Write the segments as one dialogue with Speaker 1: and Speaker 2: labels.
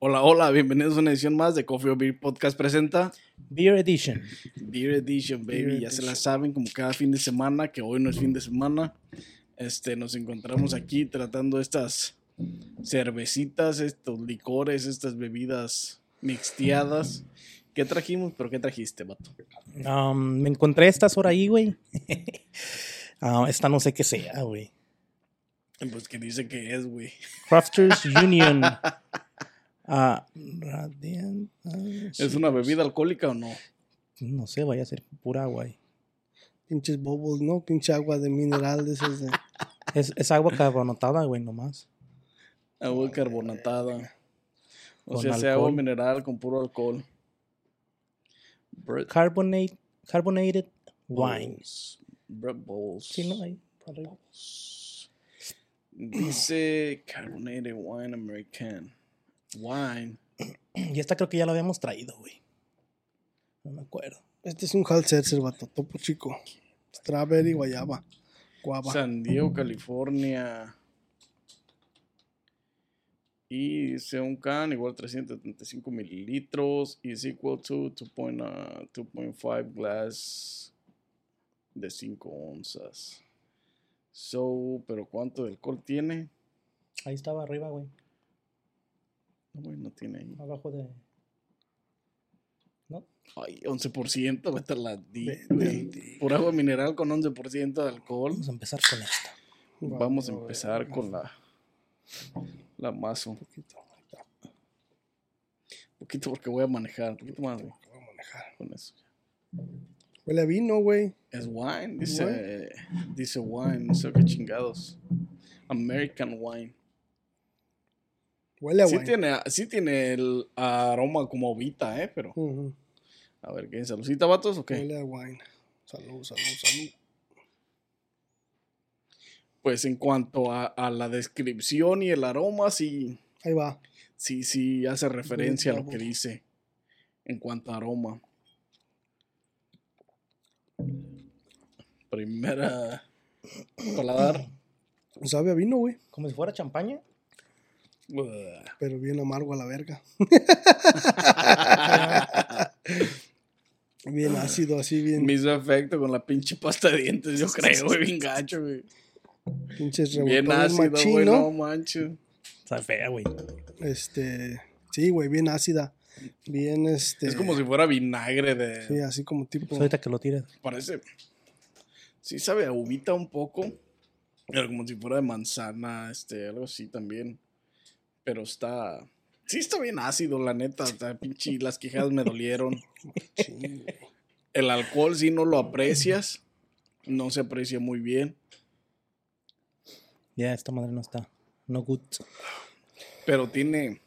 Speaker 1: Hola, hola, bienvenidos a una edición más de Coffee or Beer Podcast presenta
Speaker 2: Beer Edition.
Speaker 1: Beer Edition, baby.
Speaker 2: Beer
Speaker 1: ya se la
Speaker 2: Edition.
Speaker 1: saben, como cada fin de semana, que hoy no es fin de semana. Este, nos encontramos aquí tratando estas cervecitas, estos licores, estas bebidas mixteadas. ¿Qué trajimos? ¿Pero qué trajiste, vato?
Speaker 2: Um, me encontré estas por ahí, güey. Ah, esta no sé qué sea, güey.
Speaker 1: Pues que dice que es, güey.
Speaker 2: Crafters Union. Ah, Radiant- ah,
Speaker 1: ¿Es
Speaker 2: sí,
Speaker 1: una bebida alcohólica o no?
Speaker 2: No sé, vaya a ser pura agua. güey.
Speaker 3: Pinches bobos, ¿no? Pinche agua de mineral de esas de...
Speaker 2: Es, es agua carbonatada, güey, nomás.
Speaker 1: Agua carbonatada. O
Speaker 2: Con
Speaker 1: sea, sea agua
Speaker 2: alcohol.
Speaker 1: mineral con puro alcohol. Brett
Speaker 2: Carbonate, carbonated wine.
Speaker 1: Balls. Brett Balls.
Speaker 2: Sí, no, ahí. arriba.
Speaker 1: Dice Carbonated Wine American. Wine.
Speaker 2: Y esta creo que ya la habíamos traído, güey. No me acuerdo.
Speaker 3: Este es un Halserzer, vato, topo chico. Strawberry, guayaba, guava.
Speaker 1: San Diego, California. Y dice un can igual 375 mililitros. Is equal to uh, 2.0, 2.5 glass de 5 onzas. So, pero ¿cuánto de alcohol tiene?
Speaker 2: Ahí estaba arriba, güey.
Speaker 1: No, güey, no tiene ahí.
Speaker 2: Abajo de. ¿No?
Speaker 1: Ay, 11%, vete a la di,
Speaker 3: Ve-
Speaker 1: güey. Pura agua mineral con 11% de alcohol.
Speaker 2: Vamos a empezar con esta.
Speaker 1: Vamos a empezar con la la mazo. Un poquito porque voy a manejar, un poquito más. güey. Con eso.
Speaker 3: Huele a vino, güey.
Speaker 1: Es wine, dice dice wine, no sé qué chingados. American wine.
Speaker 3: Huele a
Speaker 1: Sí
Speaker 3: wine.
Speaker 1: tiene, sí tiene el aroma como ovita, eh, pero
Speaker 3: Ujú.
Speaker 1: a ver qué saludcita vatos o qué?
Speaker 3: Huele a wine. Salud, salud, salud.
Speaker 1: Pues en cuanto a, a la descripción y el aroma, sí
Speaker 3: Ahí va.
Speaker 1: sí, sí hace referencia a lo
Speaker 3: clavo.
Speaker 1: que dice en cuanto a aroma. Primera paladar.
Speaker 3: Sabe a vino, güey,
Speaker 2: Como si fuera champaña.
Speaker 1: Uah,
Speaker 3: pero bien amargo a la verga. bien ácido, así bien.
Speaker 1: Mismo efecto con la pinche pasta de dientes, yo creo, güey, bien gacho, güey.
Speaker 3: pinches
Speaker 1: Bien
Speaker 3: rebotones
Speaker 1: ácido,
Speaker 3: machín,
Speaker 1: güey, no
Speaker 3: ¿no?
Speaker 1: manches.
Speaker 2: Está fea, güey. Pues
Speaker 3: Este, sí, güey, bien ácida. Bien, este...
Speaker 1: Es como si fuera vinagre de...
Speaker 3: Sí, así como tipo...
Speaker 2: Pues ahorita que lo tires.
Speaker 1: Parece... Sí sabe a uvita un poco, pero como si fuera de manzana, este, algo así también. Pero está... Sí está bien ácido, la neta. Está pinche, las quejadas me dolieron.
Speaker 3: Sí, güey.
Speaker 1: El alcohol si no lo aprecias. No se aprecia muy bien.
Speaker 2: Ya, esta madre no está. No good.
Speaker 1: Pero tiene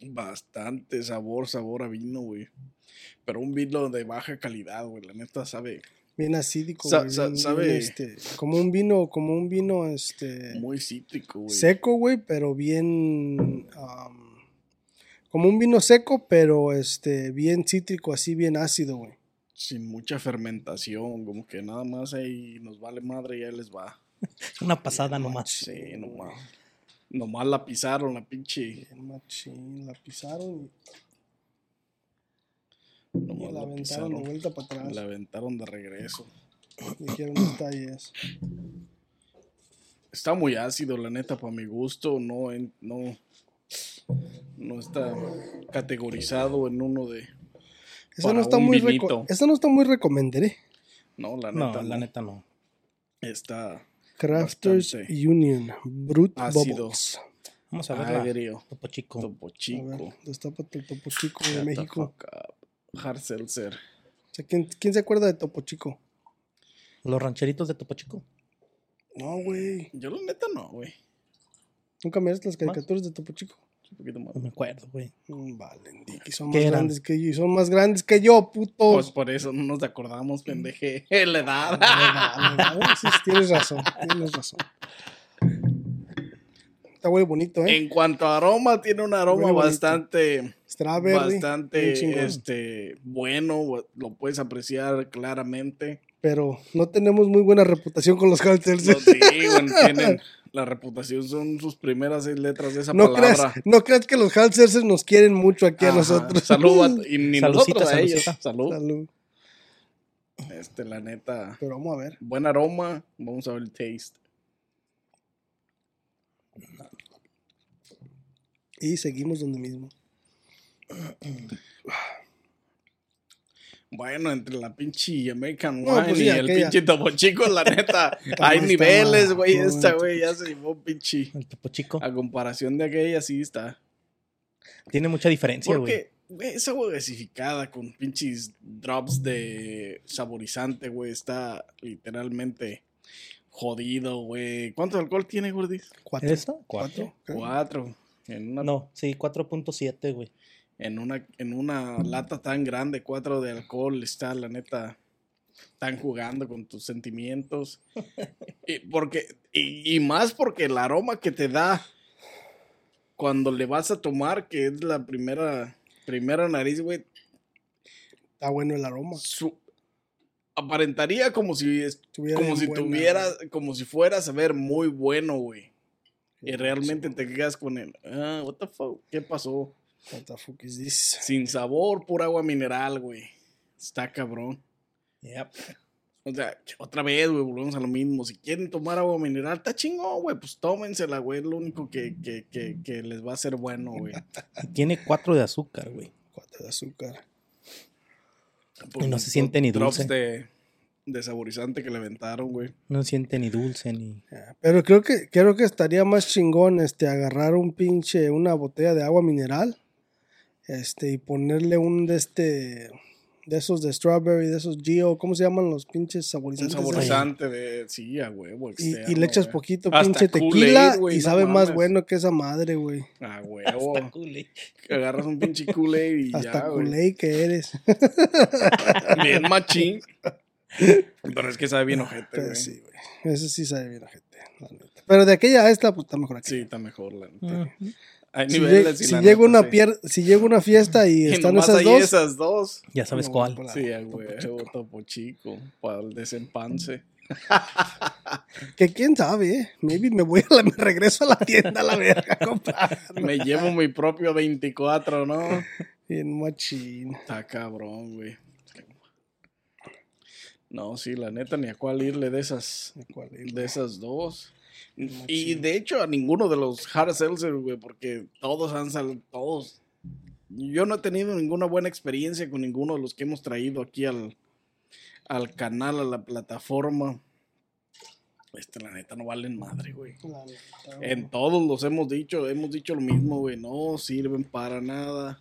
Speaker 1: bastante sabor, sabor a vino, güey. Pero un vino de baja calidad, güey. La neta sabe
Speaker 3: bien acídico,
Speaker 1: Sa-
Speaker 3: güey,
Speaker 1: sa-
Speaker 3: bien- bien,
Speaker 1: sabe-
Speaker 3: este, como un vino, como un vino este
Speaker 1: muy cítrico, güey.
Speaker 3: seco, güey, pero bien am, Como un vino seco, pero este, bien cítrico, así bien ácido, güey.
Speaker 1: Sin mucha fermentación, como que nada más ahí nos vale madre y ahí les va.
Speaker 2: Una pasada nomás.
Speaker 1: Sí, nomás. Nomás la pisaron, la pinche.
Speaker 3: Bien machín, la pisaron y
Speaker 1: Nomás
Speaker 3: la
Speaker 1: la,
Speaker 3: aventaron de
Speaker 1: pisaron.
Speaker 3: vuelta para atrás.
Speaker 1: La aventaron de regreso.
Speaker 3: Dijeron, esta ahí es.
Speaker 1: Está muy ácido, la neta, para mi gusto. No, en- no, no está categorizado en uno de.
Speaker 3: Esa
Speaker 1: Para
Speaker 3: no, está
Speaker 1: un
Speaker 3: muy
Speaker 1: vinito.
Speaker 3: reco- esa no está muy recomendable.
Speaker 1: No, la
Speaker 2: No,
Speaker 1: neta.
Speaker 2: la
Speaker 1: no.
Speaker 2: neta no.
Speaker 1: Está
Speaker 3: Crafters
Speaker 1: Bastante.
Speaker 3: Union, Brut
Speaker 1: Ácido.
Speaker 3: Bubbles.
Speaker 2: Vamos a verla.
Speaker 1: agrio.
Speaker 2: Topo chico.
Speaker 1: Topo
Speaker 3: A ver,
Speaker 1: chico.
Speaker 3: destápate el Topo Chico
Speaker 1: Shut
Speaker 3: de
Speaker 1: the
Speaker 3: México.
Speaker 1: fuck up. Hard seltzer.
Speaker 3: O sea, ¿quién, quién se acuerda de Topo Chico?
Speaker 2: Los rancheritos de Topo Chico.
Speaker 3: No, güey.
Speaker 1: Yo la neta no, güey.
Speaker 3: ¿Nunca miraste las caricaturas de Topo Chico?
Speaker 1: Un poquito más.
Speaker 2: No me acuerdo, güey.
Speaker 3: Mm, Vale, Dicky, son
Speaker 2: ¿Qué
Speaker 3: más
Speaker 2: eran?
Speaker 3: grandes que yo. y Son más grandes que yo, puto.
Speaker 1: Pues por eso no nos acordamos, pendeje. La edad.
Speaker 3: Vale, vale, vale. Sí, tienes razón, tienes razón. Está güey bonito, ¿eh?
Speaker 1: En cuanto a aroma, tiene un aroma
Speaker 3: Huele bonito.
Speaker 1: bastante,
Speaker 3: Strawberry. bien
Speaker 1: bastante
Speaker 3: chingón.
Speaker 1: este, bueno. Lo puedes apreciar claramente.
Speaker 3: Pero no tenemos muy buena reputación con los cartels.
Speaker 1: Los digo, tienen la reputación, son sus primeras seis letras de esa
Speaker 3: No creas,
Speaker 1: palabra.
Speaker 3: no creas que los Halsers nos quieren mucho aquí a nosotros.
Speaker 1: Saludos y ni
Speaker 2: Salucita,
Speaker 1: nosotros a ellos.
Speaker 2: salucita.
Speaker 1: Salud.
Speaker 3: Salud.
Speaker 1: Este, la neta,
Speaker 3: Pero vamos a ver.
Speaker 1: buen aroma. Vamos a ver el taste.
Speaker 3: Y seguimos donde mismo.
Speaker 1: Bueno, entre la pinche American
Speaker 3: No,
Speaker 1: Wine
Speaker 3: pues sí,
Speaker 1: y el
Speaker 3: aquella.
Speaker 1: pinche Topo Chico, la neta, hay
Speaker 3: está
Speaker 1: niveles, güey.
Speaker 3: más
Speaker 1: Esta,
Speaker 3: joven.
Speaker 1: güey, ya se llevó pinche.
Speaker 2: El Topo Chico.
Speaker 1: A comparación de aquella, sí está.
Speaker 2: Tiene mucha diferencia, güey.
Speaker 1: Porque güey, esa agua gasificada con pinches drops de saborizante, güey, está literalmente jodido, güey. ¿Cuánto alcohol tiene, Gordis?
Speaker 3: Cuatro.
Speaker 2: ¿Esto? ¿Cuatro?
Speaker 3: creo.
Speaker 1: Cuatro. En una,
Speaker 2: No, sí, 4.7, güey.
Speaker 1: en, una, en una lata tan grande, cuatro de alcohol, está la neta. Están jugando con tus sentimientos. Y, porque, y, y más porque el aroma que te da cuando le vas a tomar, que es la primera, primera nariz, güey,
Speaker 3: Está bueno el aroma.
Speaker 1: su- aparentaría como si es-
Speaker 3: Tuviera
Speaker 1: como
Speaker 3: bien
Speaker 1: si
Speaker 3: buena-
Speaker 1: tuviera como si fueras a ver muy bueno güey y realmente te quedas con el ah what the fuck qué pasó
Speaker 3: What the fuck is this?
Speaker 1: sin sabor pura agua mineral güey está cabrón
Speaker 2: Yep.
Speaker 1: o sea otra vez güey volvemos a lo mismo si quieren tomar agua mineral está chingón güey pues tómensela güey es lo único que, que, que, que les va a ser bueno güey
Speaker 2: Y tiene 4 de azúcar, güey.
Speaker 3: Cuatro de azúcar.
Speaker 1: Por
Speaker 2: Y no se
Speaker 1: los
Speaker 2: siente ni
Speaker 1: drops
Speaker 2: dulce.
Speaker 1: de, de saborizante que le aventaron güey
Speaker 2: No siente ni dulce ni.
Speaker 3: Ah, Pero creo que creo que estaría más chingón este agarrar un pinche una botella de agua mineral este y ponerle un de este de esos de strawberry, de esos Gio, ¿cómo se llaman los pinches
Speaker 1: un
Speaker 3: saborizantes?
Speaker 1: saborizante de sí a huevo
Speaker 3: Y,
Speaker 1: externo, eh.
Speaker 3: y le echas
Speaker 1: güey.
Speaker 3: poquito
Speaker 1: Hasta
Speaker 3: pinche
Speaker 1: Kool-Aid,
Speaker 3: tequila
Speaker 1: güey,
Speaker 3: y
Speaker 1: no
Speaker 3: sabe más
Speaker 1: mames.
Speaker 3: bueno que esa madre, güey.
Speaker 1: A huevo.
Speaker 2: Kool-Aid.
Speaker 1: Agarras un pinche Kool-Aid y
Speaker 3: Hasta
Speaker 1: ya, güey.
Speaker 3: culé que eres.
Speaker 1: Bien machín. Pero es que sabe bien ojete,
Speaker 3: Ah, Pero
Speaker 1: güey.
Speaker 3: sí,
Speaker 1: Sí.
Speaker 3: güey. Eso sí sabe bien, gente. Pero de aquella a esta, pues está mejor aquí.
Speaker 1: está mejor, la neta.
Speaker 2: Ah,
Speaker 1: Hay
Speaker 3: Si, lleg-
Speaker 1: niveles y
Speaker 3: si
Speaker 1: la
Speaker 3: llega
Speaker 1: neta,
Speaker 3: una
Speaker 1: sí.
Speaker 3: pier- si llega una fiesta y
Speaker 1: Y
Speaker 3: están
Speaker 1: nomás
Speaker 3: esas
Speaker 1: hay
Speaker 3: dos,
Speaker 1: esas dos.
Speaker 2: Ya sabes
Speaker 3: no,
Speaker 2: cuál.
Speaker 3: por la-
Speaker 1: Sí, a
Speaker 3: Topo
Speaker 1: huevo,
Speaker 3: Chico.
Speaker 1: topo chico. Para el desempance.
Speaker 3: Que quién sabe, eh. Maybe me voy a la, me regreso a la tienda a la verga a comprar.
Speaker 1: Me llevo mi propio 24, ¿no?
Speaker 3: Bien machín.
Speaker 1: Está cabrón, güey. No, sí, la neta, ni a cuál irle de esas.
Speaker 3: ¿Cuál es?
Speaker 1: De esas dos. Y de hecho a ninguno de los hard seltzer, güey, porque todos han salido, todos. Yo no he tenido ninguna buena experiencia con ninguno de los que hemos traído aquí al, al canal, a la plataforma. Este, la neta, no valen madre, güey.
Speaker 3: La neta, güey.
Speaker 1: En todos los hemos dicho, hemos dicho lo mismo, güey. No sirven para nada.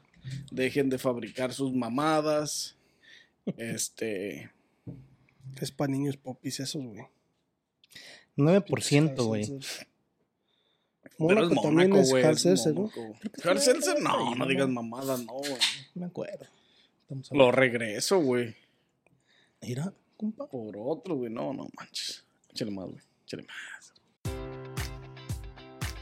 Speaker 1: Dejen de fabricar sus mamadas. Este,
Speaker 3: Es para niños popis esos, güey.
Speaker 2: 9%, güey.
Speaker 3: Mónaco también es
Speaker 1: güey,
Speaker 3: Hard Seltzer, ¿no?
Speaker 1: Mónaco. Hard Seltzer, no, no digas mamada, no, güey.
Speaker 2: Me acuerdo. Estamos
Speaker 1: Lo regreso, güey.
Speaker 2: Mira, compa.
Speaker 1: Por otro, güey. No, no manches. Échale más, güey. Échale más.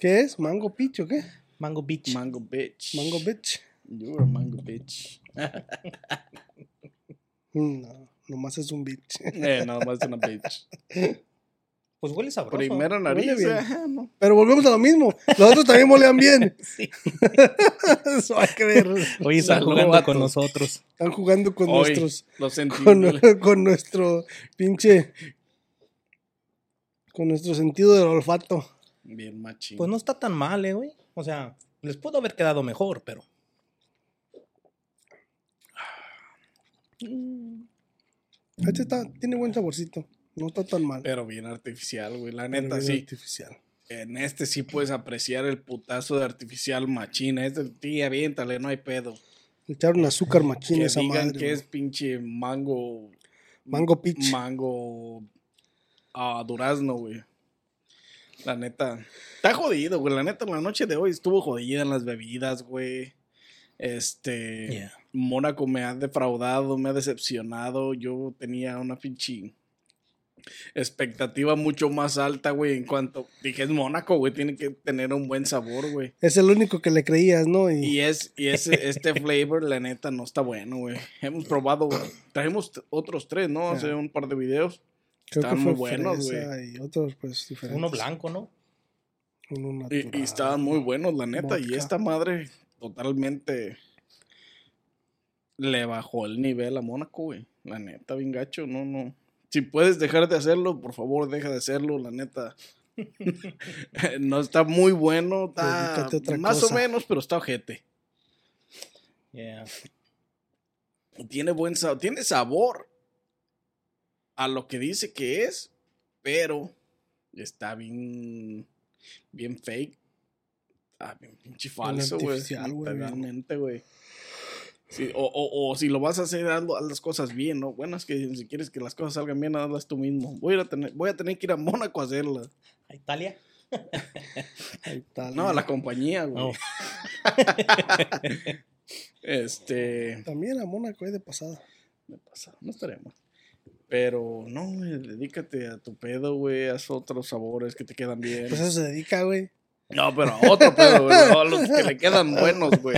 Speaker 3: ¿Qué es? ¿Mango Peach o qué?
Speaker 2: Mango Beach.
Speaker 1: Mango bitch.
Speaker 3: ¿Mango Bitch?
Speaker 1: You're a mango bitch.
Speaker 3: Mm, No, nomás es un bitch.
Speaker 1: eh, nada más una bitch.
Speaker 2: pues huele sabroso.
Speaker 1: Primera
Speaker 3: Huele
Speaker 1: nariz.
Speaker 3: bien.
Speaker 1: ajá, no.
Speaker 3: Pero volvemos a lo mismo. Los otros también molean bien.
Speaker 2: Sí.
Speaker 3: Eso hay que ver.
Speaker 2: Hoy está
Speaker 1: Saludo,
Speaker 2: jugando
Speaker 1: vato.
Speaker 2: con nosotros.
Speaker 3: Están jugando con
Speaker 1: pues, Hoy
Speaker 3: nuestros.
Speaker 1: lo sentí.
Speaker 3: Con, con nuestro pinche. Con nuestro sentido del olfato.
Speaker 1: Bien machín.
Speaker 2: Pues no está tan mal, eh, güey. O sea, les pudo haber quedado mejor, pero.
Speaker 3: Este está, tiene buen saborcito. No está tan mal.
Speaker 1: Pero bien artificial, güey. La
Speaker 3: Pero
Speaker 1: neta,
Speaker 3: bien
Speaker 1: sí.
Speaker 3: Artificial.
Speaker 1: En este sí puedes apreciar el putazo de artificial machina. Este, tía, aviéntale, no hay pedo.
Speaker 3: Le echaron azúcar machín
Speaker 1: Que
Speaker 3: a esa
Speaker 1: digan
Speaker 3: madre.
Speaker 1: que
Speaker 3: güey.
Speaker 1: es pinche mango.
Speaker 3: Mango peach.
Speaker 1: Mango. ah, durazno, güey. La neta. Está jodido, güey. La neta, la noche de hoy estuvo jodida en las bebidas, güey. Este.
Speaker 2: Yeah.
Speaker 1: Mónaco me ha defraudado, me ha decepcionado. Yo tenía una pinche expectativa mucho más alta, güey. En cuanto dije, es Mónaco, güey, tiene que tener un buen sabor, güey.
Speaker 3: es el único que le creías, ¿no? Y,
Speaker 1: Y es, y es este flavor, la neta, no está bueno, güey. Hemos probado, trajimos t- otros tres, ¿no? Hace
Speaker 3: Ya.
Speaker 1: un par de videos.
Speaker 3: creo que
Speaker 1: están
Speaker 3: fue
Speaker 1: muy buenos,
Speaker 3: fresa Y otros, pues, diferentes.
Speaker 2: Uno blanco, ¿no?
Speaker 3: Uno natural.
Speaker 1: Y, y estaban muy buenos, la neta. Y
Speaker 3: Vodka.
Speaker 1: esta madre totalmente le bajó el nivel a Mónaco, güey. La neta, bien gacho, no, no. Si puedes dejar de hacerlo, por favor, deja de hacerlo, la neta. no está muy bueno, está
Speaker 3: Dedícate a otra
Speaker 1: más
Speaker 3: cosa.
Speaker 1: o menos, pero está ojete.
Speaker 2: Yeah.
Speaker 1: tiene buen sabor, tiene sabor a lo que dice que es, pero está bien, bien fake. Está bien pinche falso, güey.
Speaker 3: artificial, güey.
Speaker 1: Totalmente, güey. Sí, o, o- o si lo vas a hacer, hazlo- haz, las cosas bien, ¿no? Bueno, es que si quieres que las cosas salgan bien, hazlas tú mismo. Voy a, ir a tener, voy a tener que ir a Mónaco a hacerlas.
Speaker 2: ¿A Italia?
Speaker 3: Ahí está,
Speaker 1: No, a la compañía, güey.
Speaker 2: No.
Speaker 3: Oh.
Speaker 1: este.
Speaker 3: También a Mónaco es de pasada.
Speaker 1: me pasa, no estaremos. Pero no, güey, dedícate a tu pedo, güey, haz otros sabores que te quedan bien.
Speaker 3: Pues eso se dedica, güey.
Speaker 1: No, pero a otro pedo, güey, no a los que le quedan buenos, güey.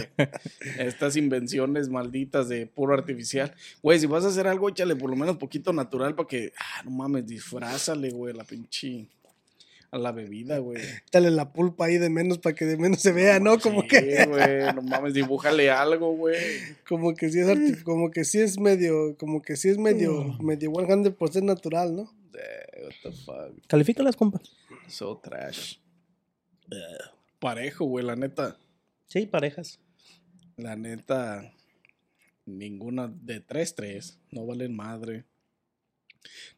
Speaker 1: Estas invenciones malditas de puro artificial. Güey, si vas a hacer algo, échale por lo menos poquito natural para que, ah, no mames, disfrázale, güey, la pinche a la bebida, güey.
Speaker 3: Dale la pulpa ahí de menos para que de menos se vea, ¿no? Como
Speaker 1: Sí,
Speaker 3: que
Speaker 1: güey, no mames, dibújale algo, güey.
Speaker 3: como que sí es arti- como que sí es medio, como que sí es medio medio 100% natural, ¿no?
Speaker 1: Eh, what the fuck.
Speaker 2: Califícalas, compa.
Speaker 1: So trash. Parejo, güey, la neta.
Speaker 2: Sí, parejas.
Speaker 1: La neta. Ninguna de tres, tres. No valen madre.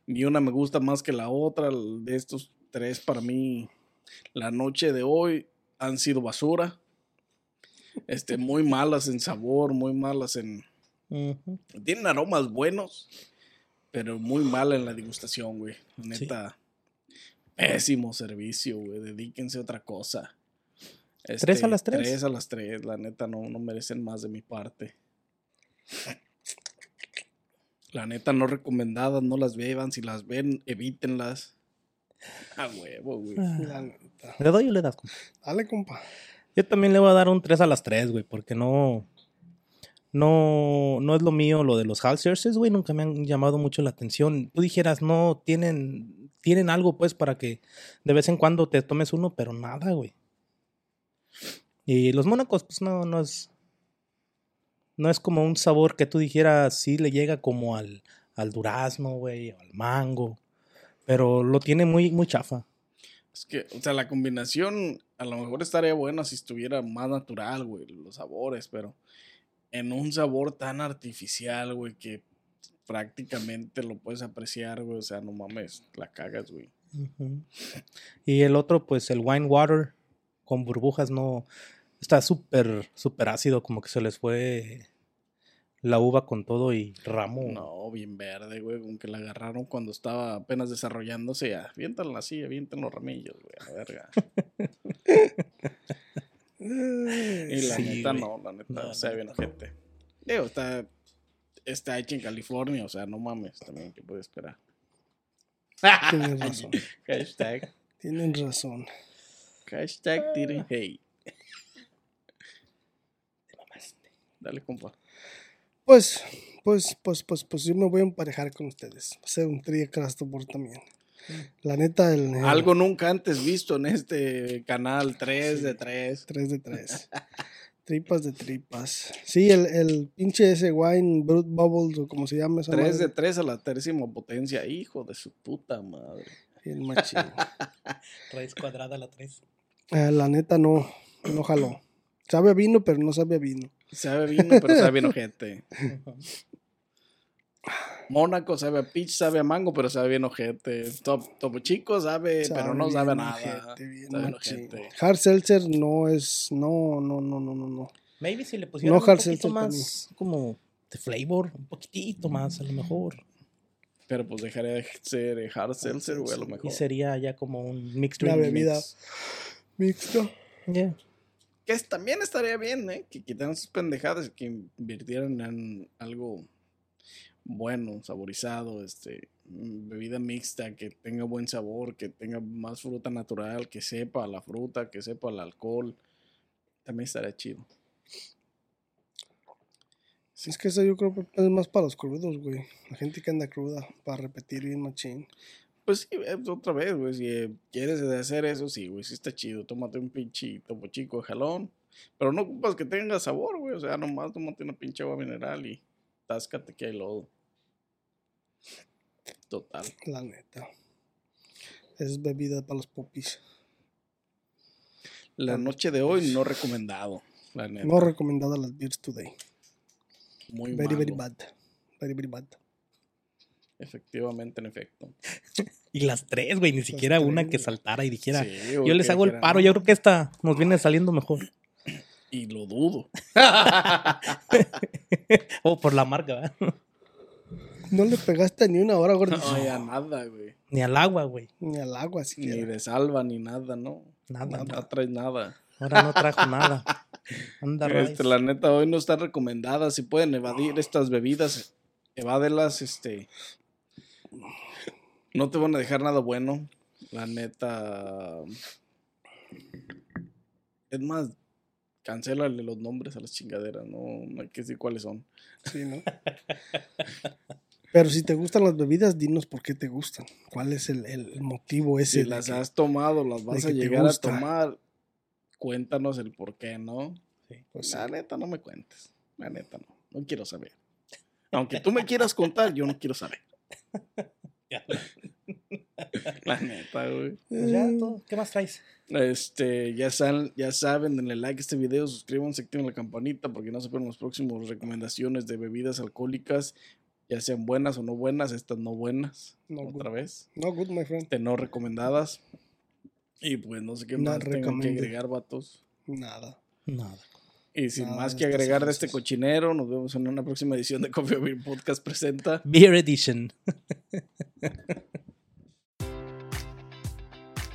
Speaker 1: Ni una me gusta más que la otra. De estos tres, para mí, la noche de hoy han sido basura. Este, muy malas en sabor, muy malas en.
Speaker 2: Ujú.
Speaker 1: Tienen aromas buenos, pero muy mal en la degustación, güey. Neta, pésimo servicio, güey. Dedíquense a otra cosa. Este,
Speaker 2: ¿Tres a las tres?
Speaker 1: Tres a las tres, la neta no, no merecen más de mi parte. La neta no recomendadas, no las beban, si las ven, evítenlas. A huevo, güey.
Speaker 2: Ah.
Speaker 3: La neta.
Speaker 2: ¿Le doy o le das? compa?
Speaker 3: Dale, compa.
Speaker 2: Yo también le voy a dar un 3 a las 3, güey, porque no. No, no es lo mío lo de los halsers, güey, nunca me han llamado mucho la atención. Tú dijeras, no, tienen, tienen algo, pues, para que de vez en cuando te tomes uno, pero nada, güey. Y los mónacos, pues, no, no es, no es como un sabor que tú dijeras, sí le llega como al, al durazno, güey, o al mango, pero lo tiene muy, muy chafa.
Speaker 1: Es que, o sea, la combinación a lo mejor estaría buena si estuviera más natural, güey, los sabores, pero en un sabor tan artificial, güey, que prácticamente lo puedes apreciar, güey, o sea, no mames, la cagas, güey.
Speaker 2: Ujú. Y el otro, pues el wine water con burbujas, no. Está súper, súper ácido, como que se les fue la uva con todo y ramo.
Speaker 1: No, bien verde, güey, como que la agarraron cuando estaba apenas desarrollándose, ya, aviéntala así, avientan los ramillos, güey, a la verga. Y la
Speaker 2: Sí,
Speaker 1: neta
Speaker 2: güey.
Speaker 1: no, la neta,
Speaker 2: No,
Speaker 1: o sea,
Speaker 2: no,
Speaker 1: bien
Speaker 2: no.
Speaker 1: gente. Digo, está, está hecha en California, o sea, no mames, también, ¿qué puede esperar? Ah,
Speaker 3: Tienen razón.
Speaker 1: Hashtag,
Speaker 3: Tienen razón.
Speaker 1: hashtag didn't hate. Dale, compa.
Speaker 3: Pues, pues, pues, pues, pues yo me voy a emparejar con ustedes. Va a ser un trío por también. La neta, el, el
Speaker 1: Mm. Algo nunca antes visto en este canal 3 de 3.
Speaker 3: 3 de 3. tripas de tripas. Sí, el, el pinche ese wine, Brut Bubbles o como se llama esa
Speaker 1: 3 de
Speaker 3: madre.
Speaker 1: 3 a la décima potencia, hijo de su puta madre.
Speaker 3: Bien machín.
Speaker 2: Raíz cuadrada la 3.
Speaker 3: Ah, la neta, no, no jaló. Sabe a vino, pero no sabe a vino.
Speaker 1: Sabe vino, pero sabe bien ojete. Mónaco sabe a peach, sabe a mango, pero sabe bien ojete. Top, topo chico sabe, pero no
Speaker 3: bien
Speaker 1: sabe a nada.
Speaker 3: ojete, bien
Speaker 1: Sabe bien
Speaker 3: machín.
Speaker 1: ojete.
Speaker 3: Hard Seltzer no es, no, no, no, no, no, no.
Speaker 2: Maybe si le pusieran
Speaker 3: No,
Speaker 2: un
Speaker 3: hard
Speaker 2: poquito
Speaker 3: seltzer para
Speaker 2: más como de flavor, un poquitito más a lo mejor.
Speaker 1: Pero pues dejaría de ser eh, hard seltzer, güey, a lo
Speaker 2: Y
Speaker 1: mejor.
Speaker 2: sería ya como un mixed
Speaker 3: Una
Speaker 2: drink.
Speaker 3: bebida
Speaker 2: mix.
Speaker 3: mixta.
Speaker 2: Yeah.
Speaker 1: Que es- también estaría bien, ¿eh? Que quitaran sus pendejadas y que invirtieran en algo bueno, saborizado, este, mm, bebida mixta, que tenga buen sabor, que tenga más fruta natural, que sepa la fruta, que sepa el alcohol. También estaría chido.
Speaker 3: Es que eso yo creo que es más para los crudos, güey. La gente que anda cruda, para repetir bien machín.
Speaker 1: Pues sí, eh, otra vez, güey, si eh, quieres hacer eso, sí, güey, sí está chido. Tómate un pinche topo chico de jalón. Pero no ocupas que tenga sabor, güey. O sea, nomás tómate una pinche agua mineral y táscate que hay lodo. Total.
Speaker 3: La neta. Es bebida para los popis.
Speaker 1: La noche de hoy no recomendado. La neta.
Speaker 3: No recomendada las beers today.
Speaker 1: Muy
Speaker 3: Very, very
Speaker 1: malo.
Speaker 3: bad. Very, very bad.
Speaker 1: Efectivamente, en efecto.
Speaker 2: Y las tres, güey, ni siquiera una
Speaker 3: tres,
Speaker 2: que
Speaker 3: güey.
Speaker 2: saltara y dijera.
Speaker 1: Sí, güey,
Speaker 2: Yo les
Speaker 1: que-
Speaker 2: hago
Speaker 1: que
Speaker 2: el
Speaker 1: era-
Speaker 2: paro, yo creo que esta nos viene saliendo mejor.
Speaker 1: Y lo dudo.
Speaker 2: O por la marca, ¿verdad?
Speaker 3: No le pegaste ni una hora, gordo.
Speaker 1: No, ya nada, güey.
Speaker 2: Ni al agua, güey.
Speaker 3: Ni al agua siquiera.
Speaker 1: Ni de salva, ni nada, ¿no?
Speaker 2: Nada,
Speaker 1: No traes nada.
Speaker 2: Ahora no trajo nada. Anda,
Speaker 1: Este, la neta, hoy no están recomendadas. Si pueden evadir estas bebidas, evádelas, este. No te van a dejar nada bueno. La neta. Es más, cancélale los nombres a las chingaderas, no, no hay que decir cuáles son.
Speaker 3: Sí, ¿no? Pero si te gustan las bebidas, dinos por qué te gustan. ¿Cuál es el, el- el motivo ese?
Speaker 1: Si
Speaker 3: de
Speaker 1: las
Speaker 3: que-
Speaker 1: has tomado, las vas
Speaker 3: de
Speaker 1: a
Speaker 3: que te
Speaker 1: llegar a
Speaker 3: gusta.
Speaker 1: tomar, cuéntanos el por qué, ¿no?
Speaker 3: pues,
Speaker 1: La neta, no me cuentes. La neta, no. No quiero saber. Aunque tú me quieras contar, yo no quiero saber. La neta, güey.
Speaker 2: Pues ya,
Speaker 1: Mm.
Speaker 2: todo. ¿Qué más traes?
Speaker 1: Este, ya, sal- ya saben, denle like a este video, suscríbanse, activen la campanita porque no se pierdan las próximas recomendaciones de bebidas alcohólicas, ya sean buenas o no buenas, estas no buenas,
Speaker 3: No,
Speaker 1: otra vez,
Speaker 3: No good, my friend.
Speaker 1: este, no recomendadas. Y pues no sé qué
Speaker 3: No
Speaker 1: más tengo que
Speaker 3: recommended.
Speaker 1: agregar, vatos.
Speaker 3: Nada.
Speaker 2: Nada.
Speaker 1: Y sin
Speaker 3: Nada
Speaker 1: más
Speaker 3: de
Speaker 1: que
Speaker 3: estas
Speaker 1: agregar de este
Speaker 3: cosas.
Speaker 1: cochinero, nos vemos en una próxima edición de Coffee or Beer Podcast presenta.
Speaker 2: Beer Edition.